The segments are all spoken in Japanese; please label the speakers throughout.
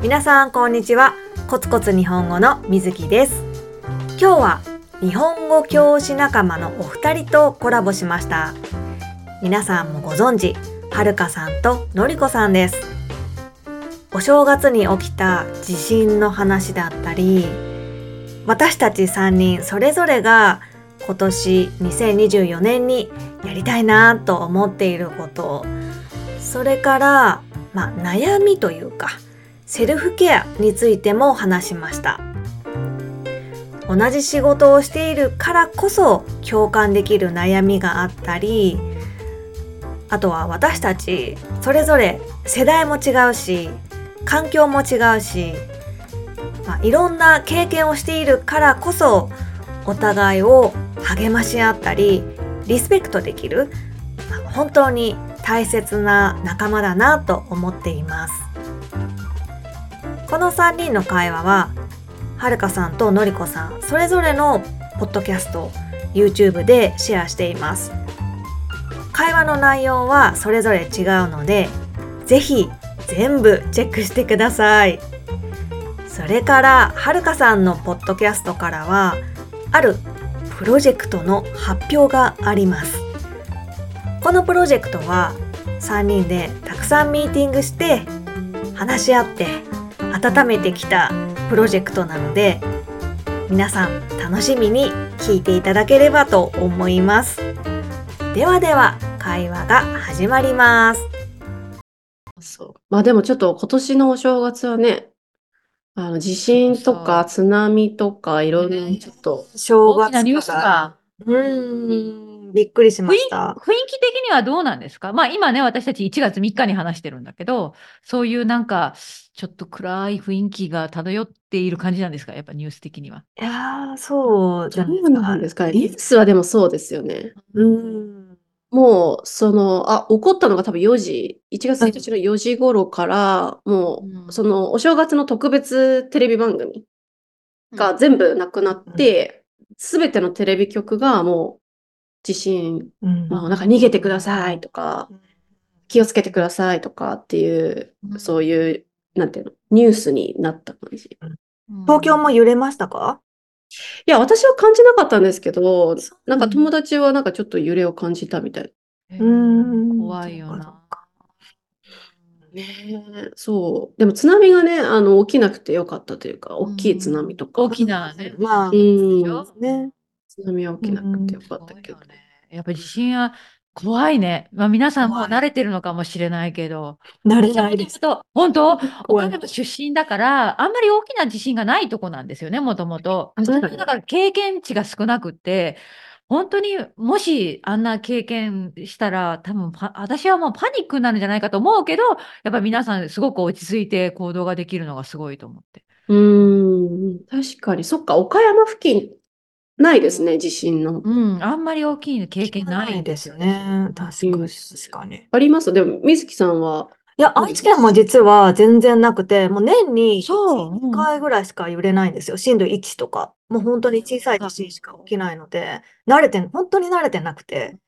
Speaker 1: 皆さんこんにちはコツコツ日本語のみずきです今日は日本語教師仲間のお二人とコラボしました皆さんもご存知はるかさんとのりこさんですお正月に起きた地震の話だったり私たち3人それぞれが今年2024年にやりたいなと思っていることそれから、まあ、悩みというかセルフケアについても話しました同じ仕事をしているからこそ共感できる悩みがあったりあとは私たちそれぞれ世代も違うし環境も違うし、まあ、いろんな経験をしているからこそお互いを励まし合ったりリスペクトできるまあ本当に大切な仲間だなと思っていますこの3人の会話ははるかさんとのりこさんそれぞれのポッドキャスト YouTube でシェアしています会話の内容はそれぞれ違うのでぜひ全部チェックしてくださいそれからはるかさんのポッドキャストからはあるプロジェクトの発表がありますこのプロジェクトは3人でたくさんミーティングして話し合って温めてきたプロジェクトなので皆さん楽しみに聞いていただければと思いますではでは会話が始まります
Speaker 2: そう。まあでもちょっと今年のお正月はね、あの地震とか津波とかいろん
Speaker 3: ね
Speaker 2: なちょっと、
Speaker 1: 正
Speaker 3: 大きなニュー
Speaker 1: 月
Speaker 3: ス
Speaker 1: とか
Speaker 3: が
Speaker 1: うーんびっくりしま
Speaker 3: 雰囲
Speaker 1: した
Speaker 3: 雰囲気的にはどうなんですかまあ今ね、私たち1月3日に話してるんだけど、そういうなんか、ちょっと暗い雰囲気が漂っている感じなんですかやっぱニュース的には。
Speaker 1: いやーそうじゃ
Speaker 2: ど
Speaker 1: ないう
Speaker 2: なん
Speaker 1: で
Speaker 2: ですすかね。ニュースはでもそうですよね。
Speaker 1: かうーん
Speaker 2: もう、その、あ、起こったのが多分4時、1月1日の4時頃から、も
Speaker 3: うん
Speaker 2: う、その、お正月の特別テレビ番組が全部なくなって、すべてのテレビ局がもう、地震、
Speaker 1: うん
Speaker 2: もうなんか逃げてくださいとか、気をつけてくださいとかっていう、
Speaker 3: うん
Speaker 2: そういう、なんていうの、ニュースになった感じ。い
Speaker 1: 東京も揺れましたか
Speaker 2: や、私は感じなかったんですけど、なん
Speaker 1: う
Speaker 2: か
Speaker 1: ん
Speaker 2: 友達はなんかちょっと揺れを感じたみたい
Speaker 3: へ
Speaker 1: うー
Speaker 3: ー
Speaker 1: ん
Speaker 3: 怖いよ
Speaker 1: そっ
Speaker 3: な。
Speaker 2: な。ねそう。でも津波がね、あの、起きなくてよかったというか、大きい津波とか。
Speaker 3: 大きなね。
Speaker 1: まあ
Speaker 2: う
Speaker 3: で
Speaker 2: ん
Speaker 3: し。ょ
Speaker 1: ね
Speaker 2: 津波は起きなくてよかったけど
Speaker 3: 怖いよ。ねやっぱり地震は怖いね。まあ皆さんもう
Speaker 1: 怖い
Speaker 3: 慣れてるのかもしれないけど。
Speaker 1: 慣れない です
Speaker 3: ちょっと本当、
Speaker 1: 怖い
Speaker 3: 岡山出身だから、あんまり大きな地震がないとこなんですよね、もともと。
Speaker 2: あそうなんだ
Speaker 3: だから経験値が少なくって、本当にもしあんな経験したら、多分パ私はもうパニックになるんじゃないかと思うけど、やっぱ皆さんすごく落ち着いて行動ができるのがすごいと思って。
Speaker 2: うん。確かに、そっか、岡山付近、ないですね、地震の。
Speaker 3: うん、あんまり大きい経験ない。
Speaker 1: ですね。確かに、確かに。い
Speaker 2: ありますでも、水木さんは、
Speaker 1: や、愛知県も実は全然なくて、もう年に
Speaker 3: そう
Speaker 1: 1回ぐらいしか揺れないんですよ。震度1とか。もう本当に小さい地震しか起きないので、慣れて、本当に慣れてなくて。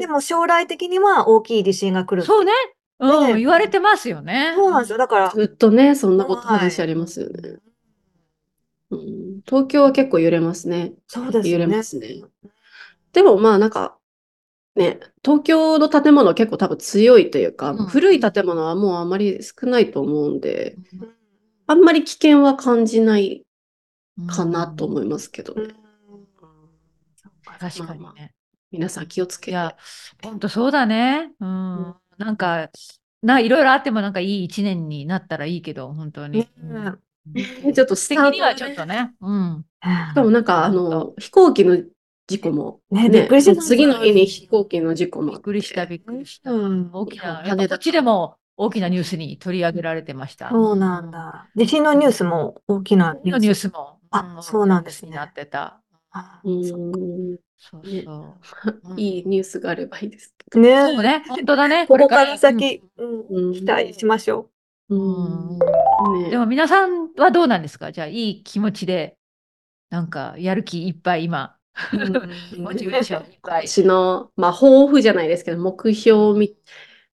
Speaker 1: でも将来的には大きい地震が来る。
Speaker 3: そうね。うん、
Speaker 1: ね
Speaker 3: 言われてますよね。
Speaker 1: そうなんですよ。だから、
Speaker 2: ずっとね、そんなこと
Speaker 1: はい
Speaker 2: 話ありますよね。うん、東京は結構揺れますね。
Speaker 1: そうです
Speaker 2: 揺
Speaker 1: よ
Speaker 2: れま
Speaker 1: ね。
Speaker 2: すね。でもまあなんか、ね、東京の建物は結構多分強いというか、
Speaker 3: うん
Speaker 2: 古い建物はもうあんまり少ないと思うんで、
Speaker 3: うん
Speaker 2: あんまり危険は感じないかなと思いますけど
Speaker 1: う
Speaker 2: ね。
Speaker 1: ん
Speaker 3: 確かにね。
Speaker 2: まあま皆さん気をつけて。
Speaker 3: いや、本当そうだね。うん。
Speaker 2: うん
Speaker 3: なんか、な、いろいろあってもなんかいい一年になったらいいけど、本当に。
Speaker 1: ね
Speaker 3: うん
Speaker 2: ねちょっとスタ
Speaker 3: 的
Speaker 2: ー
Speaker 3: に
Speaker 2: トが
Speaker 3: は
Speaker 2: ね
Speaker 3: ちょっとね。うん。
Speaker 2: しかもなんかあの、飛行機の事故も、
Speaker 1: ね、
Speaker 2: ね、
Speaker 1: びっくりしました
Speaker 2: 次の日に飛行機の事故も
Speaker 3: び
Speaker 2: あ
Speaker 3: っくりした、
Speaker 2: って
Speaker 3: びっくりした。
Speaker 1: うん
Speaker 3: 大きな、
Speaker 2: 羽
Speaker 3: やっぱ
Speaker 2: 田
Speaker 3: こっちでも大きなニュースに取り上げられてました。
Speaker 1: そうなんだ。地震のニュースも大きな
Speaker 3: のニュースも。
Speaker 1: あ
Speaker 3: うん
Speaker 1: そうなんですね
Speaker 3: ニュースになってた。
Speaker 1: あ
Speaker 2: う
Speaker 1: そっ
Speaker 2: ん、
Speaker 3: そう
Speaker 2: ね
Speaker 3: そう。うん
Speaker 2: いいニュースがあればいいですけ
Speaker 1: かね
Speaker 3: そうね、本当だね。
Speaker 1: こ
Speaker 3: れ
Speaker 1: こから先、
Speaker 2: ど。うん
Speaker 1: 期待しましょ
Speaker 2: う
Speaker 3: うん
Speaker 2: ん
Speaker 3: うん
Speaker 2: ね
Speaker 3: でも皆さんはどうなんですかじゃあいい気持ちで、なんかやる気いっぱい今、
Speaker 1: う。
Speaker 3: モチベーションいっぱい。
Speaker 2: 私の、まあ、抱負じゃないですけど、目標み、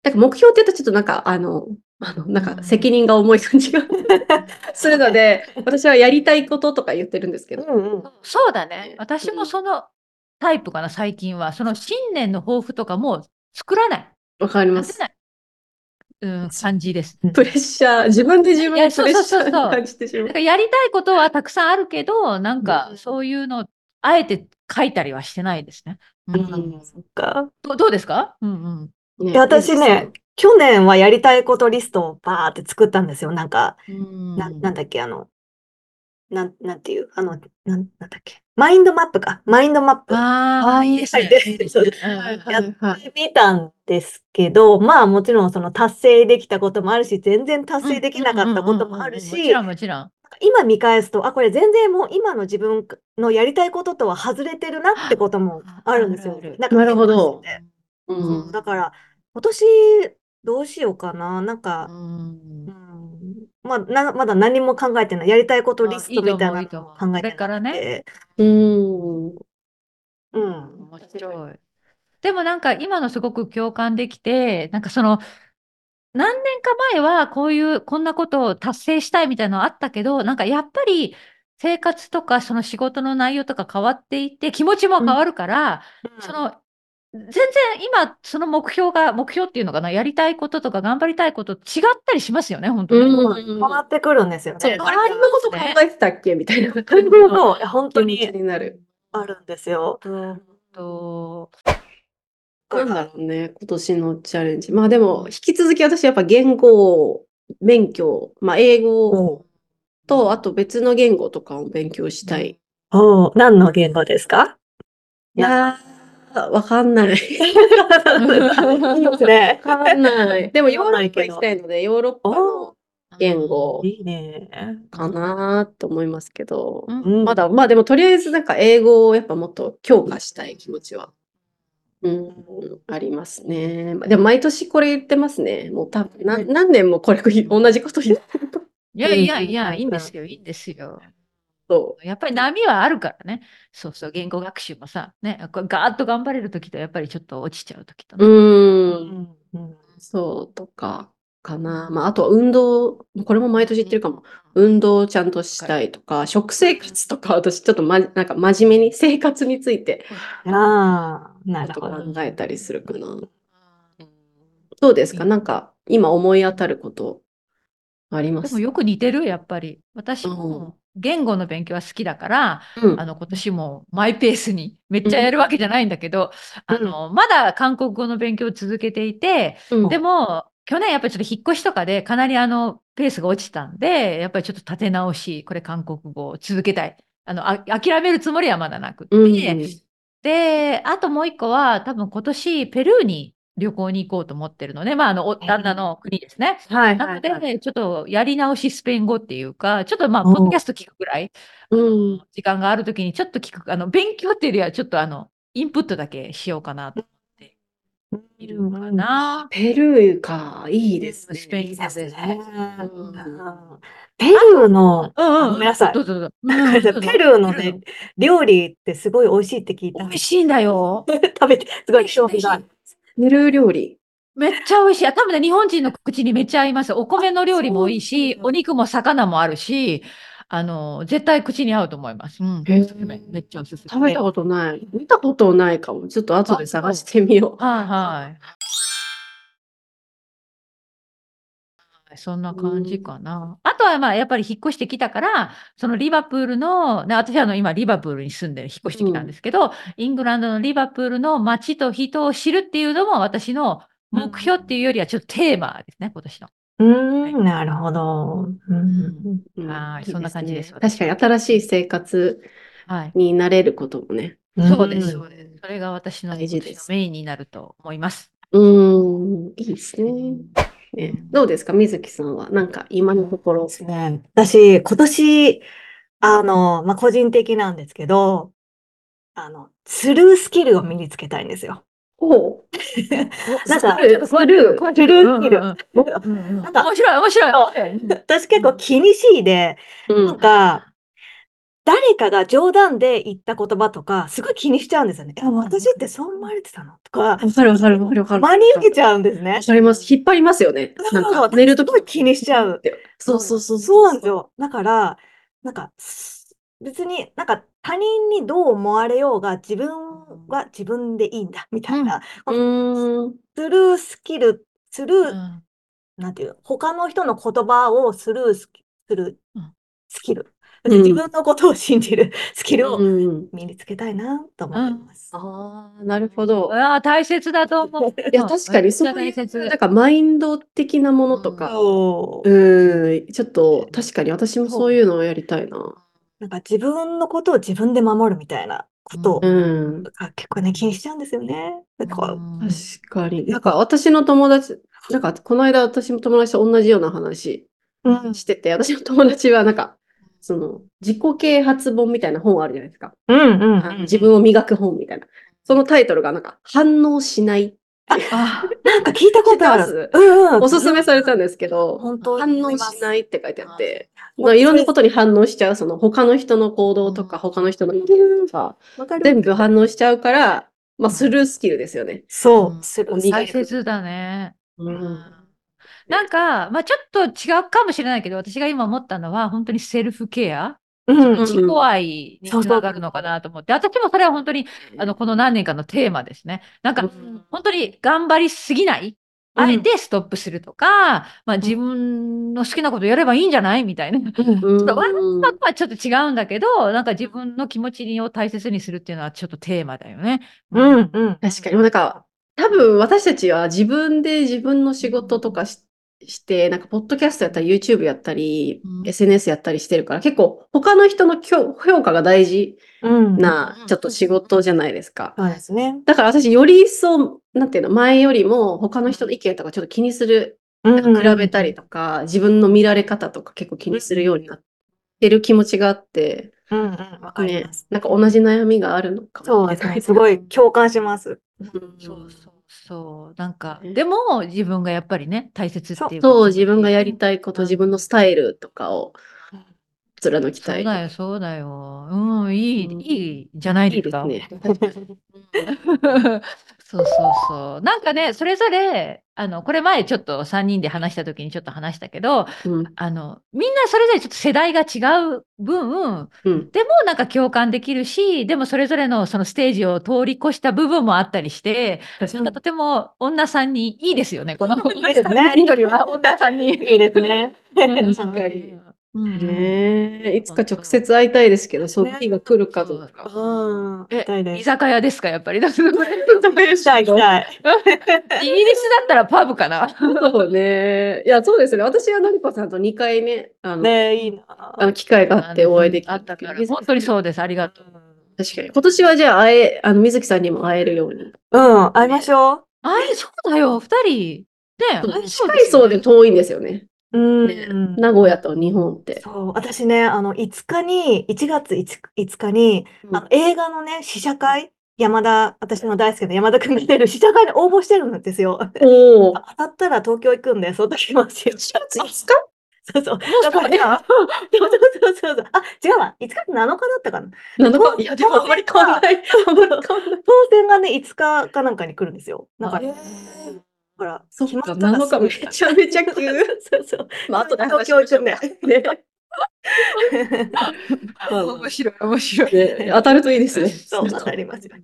Speaker 2: なんか目標って言うとちょっとなんか、あの、あの、なんか責任が重い感 じがするので、私はやりたいこととか言ってるんですけど。
Speaker 1: うんうん。
Speaker 3: そうだね
Speaker 2: ね。
Speaker 3: 私
Speaker 2: う
Speaker 3: も
Speaker 2: ん
Speaker 3: そのタイプかな、最近は。その新年の抱負とかもう作らない。
Speaker 2: わかりま
Speaker 3: 立
Speaker 2: す
Speaker 3: て。ない。うん、感じです。
Speaker 2: プレッシャー、自分で自分
Speaker 3: いや
Speaker 2: の
Speaker 3: そ
Speaker 2: プ
Speaker 3: う
Speaker 2: レッ
Speaker 3: そ
Speaker 2: シ
Speaker 3: うそう
Speaker 2: ャ
Speaker 3: そ
Speaker 2: ー
Speaker 3: う
Speaker 2: に感じてしま
Speaker 3: なん
Speaker 2: う。
Speaker 3: かやりたいことはたくさんあるけど、なんか
Speaker 2: うん
Speaker 3: そういうの、あえて書いたりはしてないですね。う
Speaker 2: う
Speaker 3: ん
Speaker 2: ん
Speaker 1: そっか。
Speaker 3: どどうですかうんうん。
Speaker 2: ね
Speaker 1: で私ね、去年はやりたいことリストをバーって作ったんですよ。なんか、ななんだっけ、あの、なん、なんていう、あの、なんなんだっけ。マインドマップか。マインドマップ。
Speaker 3: ああ、いいですね
Speaker 1: はいで。
Speaker 3: い いですね
Speaker 2: はい
Speaker 3: うん
Speaker 2: はいはい。
Speaker 1: 見たんですけど、まあもちろんその達成できたこともあるし、全然達成できなかったこともある
Speaker 3: うんうんうんうんも
Speaker 1: し
Speaker 3: ち、ろん、もちろん。
Speaker 1: 今見返すと、あ、これ全然もう今の自分のやりたいこととは外れてるなってこともあるんですよ
Speaker 3: あるある。
Speaker 1: んか
Speaker 2: なるほ
Speaker 1: 変
Speaker 2: ど
Speaker 1: 化してて
Speaker 2: う
Speaker 1: そ
Speaker 2: ん
Speaker 1: うだから、今年どうしようかな。なんか、
Speaker 3: うん
Speaker 1: うんまあ、な、まだ何も考えてない。やりたいことリス
Speaker 3: あいい
Speaker 1: トみ
Speaker 3: と思う
Speaker 1: たいない
Speaker 3: いと
Speaker 1: の
Speaker 3: 思
Speaker 1: を
Speaker 3: う
Speaker 1: 考えてなくて。
Speaker 3: これからね
Speaker 2: うん。
Speaker 1: うん。
Speaker 3: 面白い。でもなんか今のすごく共感できて、なんかその、何年か前はこういう、こんなことを達成したいみたいなのあったけど、なんかやっぱり生活とかその仕事の内容とか変わっていって、気持ちも変わるから、その、全然今その目標が、目標っていうのかな、やりたいこととか頑張りたいこと違ったりしますよね、本当に。
Speaker 2: うん
Speaker 1: 変わってくるんですよね。
Speaker 2: そう、
Speaker 3: 変
Speaker 2: あ
Speaker 3: わ
Speaker 2: れ
Speaker 3: り
Speaker 2: こんなこと考えてたっけみたい な
Speaker 1: そう
Speaker 2: 感じの
Speaker 1: いや本
Speaker 2: 気
Speaker 1: 当
Speaker 2: 持ち
Speaker 1: に
Speaker 2: になる。
Speaker 1: あるんですよ。
Speaker 3: うんと、
Speaker 2: なんだろうね、今年のチャレンジ。まあでも、引き続き私やっぱ言語、勉強、まあ英語
Speaker 1: おう
Speaker 2: と、あと別の言語とかを勉強したい。
Speaker 1: おう何の言語ですか
Speaker 2: いやー、わかんない。
Speaker 1: いいですね。
Speaker 2: わかんない。 でもヨーロッパ
Speaker 1: わ
Speaker 2: 行き
Speaker 1: かん
Speaker 2: た
Speaker 1: ない
Speaker 2: ので、ヨーロッパの言語
Speaker 1: いいね。
Speaker 2: かなーって思いますけど
Speaker 3: う。ん
Speaker 1: うん
Speaker 2: まだ、まあでもとりあえずなんか英語をやっぱもっと強化したい気持ちは。うん、ありますね。まあでも毎年これ言ってますね。もう多分な何年もこれ同じこと言ってると。
Speaker 3: いやいやい
Speaker 1: うん
Speaker 3: や、
Speaker 1: うん
Speaker 3: いいんですよ、いいんですよ。
Speaker 2: そ
Speaker 3: やっぱり波はあるからね。そうそう、言語学習もさ、ね、こうガーッと頑張れるときと、やっぱりちょっと落ちちゃうときと
Speaker 2: う。
Speaker 3: ね。
Speaker 2: う、
Speaker 1: うんんうん
Speaker 2: そうとか、かな。まあ、あとは運動、これも毎年言ってるかも。運動をちゃんとしたいとか、食生活とか、私ちょっと、ま、なんか真面目に生活について
Speaker 1: ああ、な
Speaker 2: ち
Speaker 1: る
Speaker 2: ょっと
Speaker 1: ほど。
Speaker 2: 考えたりするかな。どうですかなんか今思い当たることありま
Speaker 3: ですもよく似てる、やっぱり。私も言語の勉強は好きだから、
Speaker 2: うん
Speaker 3: あの今年もマイペースにめっちゃやるわけじゃないんだけど、
Speaker 1: うん
Speaker 3: あのまだ韓国語の勉強を続けていて、
Speaker 2: うん
Speaker 3: でも去年やっぱりちょっと引っ越しとかでかなりあのペースが落ちたんで、やっぱりちょっと立て直し、これ韓国語を続けたい。あのあ諦めるつもりはまだなくって、
Speaker 2: うん
Speaker 3: で、あともう一個は、多分今年、ペルーに旅行に行こうと思ってるのね。まあ、あの、お旦那の国ですね。
Speaker 1: はい
Speaker 3: なの
Speaker 1: はいはい。
Speaker 3: で、ちょっとやり直しスペイン語っていうか、ちょっとまあ、ポ
Speaker 1: おう
Speaker 3: ッドキャスト聞くぐらい、
Speaker 2: うん
Speaker 3: 時間があるときにちょっと聞く、あの、勉強っていうよりは、ちょっとあの、インプットだけしようかなと思っているかな。
Speaker 2: ペルーか、いいですね。
Speaker 3: スペイン語
Speaker 1: です
Speaker 3: です
Speaker 1: ね
Speaker 3: ね。。
Speaker 2: うん
Speaker 1: うんペルーの、
Speaker 3: うんう
Speaker 1: ごめんなさい
Speaker 3: どうぞ どうぞ。
Speaker 1: ごめんなさいペルーのね、料理ってすごい美味しいって聞い
Speaker 3: 美
Speaker 1: たんで
Speaker 3: 味
Speaker 1: す。
Speaker 3: しいんだよ。
Speaker 1: 食べて、すごい興味がある。
Speaker 2: ペルー料理。
Speaker 3: めっちゃ美味しい。あ多分ね、日本人の口にめっちゃ合います。お米の料理もいいし、お肉も魚もあるし、あの、絶対口に合うと思います。うん。
Speaker 2: へー
Speaker 3: おすすめめっちゃおすすめ。
Speaker 2: 食べたことない。見たことないかも。ちょっと後で探してみよ
Speaker 3: はいはい。はいそんな感じかな。あとは、まあ、やっぱり引っ越してきたから、そのリバプールの、ね、私はあの、今、リバプールに住んでる、引っ越してきたんですけど、イングランドのリバプールの街と人を知るっていうのも、私の目標っていうよりは、ちょっとテーマですね、今年の。
Speaker 1: うーん、なるほど。うん
Speaker 2: う。うん
Speaker 3: はい
Speaker 2: です
Speaker 3: そんな感じです
Speaker 2: ね確かに新しい生活
Speaker 3: はい。
Speaker 2: になれることもね。
Speaker 3: そうです、
Speaker 1: う
Speaker 3: そ
Speaker 1: ん
Speaker 3: うです。それが私の
Speaker 2: 大事です
Speaker 3: 私のメインになると思います。
Speaker 2: うーん、いいですね。ね
Speaker 3: うん
Speaker 2: どうですか、水木さんは。なんか今のところ
Speaker 1: で。すね。私、今年、あの、まあ、個人的なんですけど、あの、スルースキルを身につけたいんですよ。
Speaker 2: お
Speaker 1: なんか
Speaker 2: スルースルー
Speaker 3: 怖い
Speaker 1: スルースキル
Speaker 3: うん
Speaker 1: 僕
Speaker 3: うんうんうん
Speaker 1: なんか
Speaker 3: 面白い、面白い。
Speaker 1: 私結構気にしいで、
Speaker 2: う
Speaker 1: なん
Speaker 2: ん、
Speaker 1: か、誰かが冗談で言った言葉とか、すごい気にしちゃうんですよね。え
Speaker 2: うん
Speaker 1: 私ってそう思われてたのとか、
Speaker 2: わかるわかるわかるわかる。
Speaker 1: 真に受けちゃうんですね
Speaker 2: わ。かります。引っ張りますよね。なん
Speaker 1: そう
Speaker 2: か、寝ると
Speaker 1: すごい気にしちゃう。
Speaker 2: そうそうそう。
Speaker 1: そうなんですよ。だから、なんか、す別になんか他人にどう思われようが自分は自分でいいんだみたいな、
Speaker 2: うーん。
Speaker 1: スルースキル、スルー、
Speaker 3: うん
Speaker 1: なんていう、他の人の言葉をスルースキする
Speaker 3: うん
Speaker 1: スキル、
Speaker 2: うん
Speaker 1: 自分のことを信じるスキルを
Speaker 2: うん。
Speaker 1: 身につけたいなと思ってます。
Speaker 2: ああ、なるほど。
Speaker 3: ああ、大切だと思う。
Speaker 2: いや、確か
Speaker 3: め
Speaker 2: に
Speaker 3: っち
Speaker 2: そう
Speaker 3: ゃ
Speaker 2: い
Speaker 3: 大
Speaker 2: う、
Speaker 3: 切
Speaker 2: なん。かマインド的なものとか、
Speaker 1: そう
Speaker 2: うーん、ちょっと確かに私もそういうのをやりたいな。
Speaker 1: なんか自分のことを自分で守るみたいなこと
Speaker 3: う
Speaker 2: うん。
Speaker 1: が結構ね、気にしちゃうんですよね。なんか
Speaker 3: うん
Speaker 2: 確かに。なんか私の友達、なんかこの間私も友達と同じような話
Speaker 1: うん
Speaker 2: してて、私の友達はなんか、その自己啓発本みたいな本あるじゃないですか。
Speaker 1: うんうん
Speaker 2: あの自分を磨く本みたいな。そのタイトルがなんか、反応しない。
Speaker 3: あ
Speaker 1: なんか聞いたことあ
Speaker 2: 知って
Speaker 1: る。うんうん。
Speaker 2: おすすめされたんですけど、
Speaker 1: 本当。
Speaker 2: 反応しないいって書いてあって、
Speaker 1: 思います
Speaker 2: まあいろんなことに反応しちゃう、その他の人の行動とか、他の人の意見とか、
Speaker 1: わか
Speaker 2: 全
Speaker 1: る。
Speaker 2: 部反応しちゃうから、まあスルースキルですよね。
Speaker 1: そうう、
Speaker 3: ん
Speaker 1: する。
Speaker 2: 磨
Speaker 3: 大
Speaker 2: いて
Speaker 3: 切だね。
Speaker 2: う
Speaker 3: なんか、まあ、ちょっと違うかもしれないけど、私が今思ったのは、本当にセルフケア、
Speaker 1: うん
Speaker 2: うん
Speaker 3: 自己愛につ
Speaker 1: そうそう
Speaker 3: ながるのかなと思って、私もそれは本当に、あの、この何年かのテーマですね。なんか、
Speaker 2: ん
Speaker 3: 本当に頑張りすぎない。あえてストップするとか、まあ自分の好きなことやればいいんじゃないみたいな。
Speaker 1: うん
Speaker 3: ちょっとワンパクはちょっと違うんだけど、なんか自分の気持ちを大切にするっていうのはちょっとテーマだよね。
Speaker 1: うんうん。
Speaker 2: 確かに、なんか、多分私たちは自分で自分の仕事とかしして、なんか、ポッドキャストやったり、YouTube やったり、
Speaker 3: うん
Speaker 2: SNS やったりしてるから、結構、他の人の評評価が大事
Speaker 1: うん。
Speaker 2: な
Speaker 3: う、ん
Speaker 2: ちょっと仕事じゃないですか。
Speaker 1: そうですね。
Speaker 2: だから私、より一層、なんていうの、前よりも、他の人の意見とかちょっと気にする、
Speaker 1: う
Speaker 2: なん
Speaker 1: ん
Speaker 2: か比べたりとか、自分の見られ方とか結構気にするようになってる気持ちがあって、
Speaker 1: うんうん。わかり
Speaker 2: ね
Speaker 1: ます。、
Speaker 2: なんか同じ悩みがあるのか
Speaker 1: そ
Speaker 2: も
Speaker 1: う
Speaker 2: し
Speaker 1: です
Speaker 2: れな
Speaker 1: ね。
Speaker 2: い
Speaker 1: すごい共感します。
Speaker 2: うん
Speaker 3: そうそうそう。なんか、
Speaker 2: ね
Speaker 3: でも自分がやっぱりね、大切っていうこと
Speaker 2: そう、自分がやりたいこと、自分のスタイルとかを貫き
Speaker 3: そ
Speaker 2: た
Speaker 3: う
Speaker 2: い。
Speaker 3: だよ、そうだよ。うん、いい、
Speaker 2: うん
Speaker 3: いいじゃない
Speaker 2: いいですす
Speaker 3: でか。
Speaker 2: ね。
Speaker 3: そうそうそう。なんかね、それぞれ、あの、これ前ちょっと3人で話した時にちょっと話したけど、
Speaker 2: うん
Speaker 3: あの、みんなそれぞれちょっと世代が違う分、
Speaker 2: うん
Speaker 3: でもなんか共感できるし、でもそれぞれのそのステージを通り越した部分もあったりして、なんかとても女さんにいいですよね、こ の。
Speaker 1: いですね
Speaker 3: やりとりは女さんに。
Speaker 1: いいですね。
Speaker 3: うん
Speaker 2: 確かに
Speaker 3: うん
Speaker 2: ねえいつか直接会いたいですけど、その日が来るかどうか。
Speaker 1: うん。
Speaker 3: え
Speaker 1: 行きたいで
Speaker 3: 居
Speaker 1: す。
Speaker 3: 酒屋ですか、やっ ぱり。イギリ
Speaker 1: 行きたい、行きたい。
Speaker 3: スだったらパブかな。
Speaker 2: そうね。いや、そうですね。私はのりこさんと2回ね、あの、
Speaker 1: ねいいな。
Speaker 2: あの機会があってお会いでき
Speaker 3: あ
Speaker 2: た
Speaker 3: った
Speaker 2: け
Speaker 3: か
Speaker 2: ど
Speaker 3: ら。本当にそうです。ありがとう。
Speaker 2: 確かに。今年はじゃあ会え、あの、水木さんにも会えるように。
Speaker 1: うん、会いましょ
Speaker 3: あれ、そうだよ、二人。ね
Speaker 2: そう
Speaker 3: え、
Speaker 2: 近いそうで遠いんですよね。
Speaker 1: う。うん。
Speaker 2: 名古屋と日本って。
Speaker 1: そう、私ね、あの、5日に、1月 5, 5日に、あの、映画のね、試写会、山田、私の大好きな山田君が出る試写会に応募してるんですよ。
Speaker 2: おお。1
Speaker 1: 当たったら東京行くんで、その時もしよう。
Speaker 2: 月5日
Speaker 1: そうそう。だから、
Speaker 3: え
Speaker 1: そうそうそうそう。あ、違うわ。5日って7日だったかな。
Speaker 2: 7日いや、でもあんまり変わんない。あんまり変わんない。
Speaker 1: 当選がね、5日かなんかに来るんですよ。だから、だから、
Speaker 2: そっ
Speaker 1: 決ま
Speaker 2: か、
Speaker 1: ったら
Speaker 2: 7日
Speaker 1: すぐ
Speaker 2: めちゃめちゃ急。
Speaker 1: そうそう。
Speaker 2: まあ、後で
Speaker 1: 東
Speaker 2: 話し
Speaker 1: 京
Speaker 2: まし
Speaker 1: 行
Speaker 2: ょ
Speaker 1: く
Speaker 2: うん
Speaker 1: で。
Speaker 3: 面白い、面白 い。
Speaker 2: ね当たるといいですね。
Speaker 1: そう、当たりますよ。